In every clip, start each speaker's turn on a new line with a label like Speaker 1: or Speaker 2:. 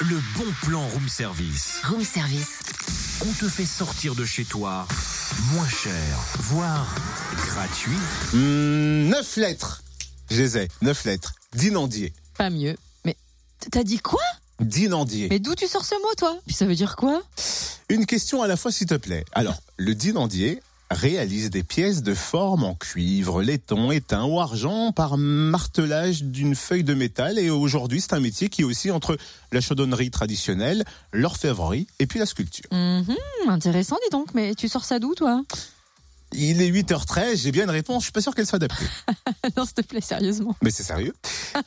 Speaker 1: Le bon plan room service.
Speaker 2: Room service.
Speaker 1: On te fait sortir de chez toi moins cher, voire gratuit.
Speaker 3: Hmm, Neuf lettres. Je les ai. Neuf lettres. Dinandier.
Speaker 4: Pas mieux. Mais t'as dit quoi
Speaker 3: Dinandier.
Speaker 4: Mais d'où tu sors ce mot, toi Puis ça veut dire quoi
Speaker 3: Une question à la fois, s'il te plaît. Alors, le dinandier réalise des pièces de forme en cuivre, laiton, étain ou argent par martelage d'une feuille de métal. Et aujourd'hui, c'est un métier qui est aussi entre la chaudonnerie traditionnelle, l'orfèvrerie et puis la sculpture.
Speaker 4: Mhm, Intéressant, dis donc. Mais tu sors ça d'où, toi
Speaker 3: Il est 8h13, j'ai bien une réponse, je suis pas sûr qu'elle soit adaptée.
Speaker 4: Non, s'il te plaît, sérieusement.
Speaker 3: Mais c'est sérieux.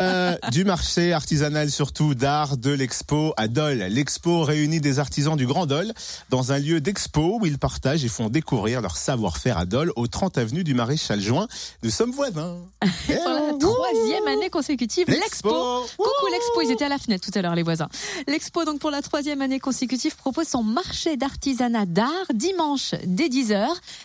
Speaker 3: Euh, du marché artisanal surtout d'art de l'expo à Dole. L'expo réunit des artisans du Grand Dole dans un lieu d'expo où ils partagent et font découvrir leur savoir-faire à Dole au 30 avenue du Maréchal Juin. Nous sommes voisins. Eh
Speaker 4: Pour la
Speaker 3: oh,
Speaker 4: troisième année consécutive, Euh, l'expo. Coucou
Speaker 3: Ouh.
Speaker 4: l'expo, ils étaient à la fenêtre tout à l'heure les voisins. L'expo donc pour la troisième année consécutive propose son marché d'artisanat d'art dimanche dès 10h.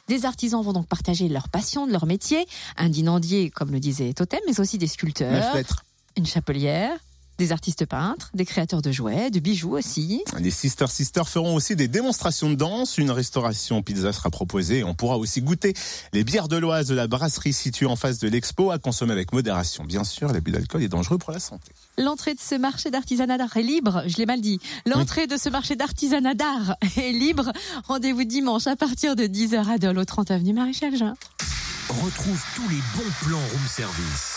Speaker 4: Des artisans vont donc partager leur passion de leur métier, un dinandier comme le disait Totem, mais aussi des
Speaker 3: Neuf
Speaker 4: sculpteurs,
Speaker 3: lettres.
Speaker 4: une chapelière, des artistes peintres, des créateurs de jouets, de bijoux aussi.
Speaker 3: Les Sister Sisters feront aussi des démonstrations de danse. Une restauration pizza sera proposée. On pourra aussi goûter les bières de l'Oise de la brasserie située en face de l'expo à consommer avec modération. Bien sûr, l'abus d'alcool est dangereux pour la santé.
Speaker 4: L'entrée de ce marché d'artisanat d'art est libre, je l'ai mal dit. L'entrée de ce marché d'artisanat d'art est libre. Rendez-vous dimanche à partir de 10h à Dole au 30 avenue Maréchal Jean.
Speaker 1: Retrouve tous les bons plans room service.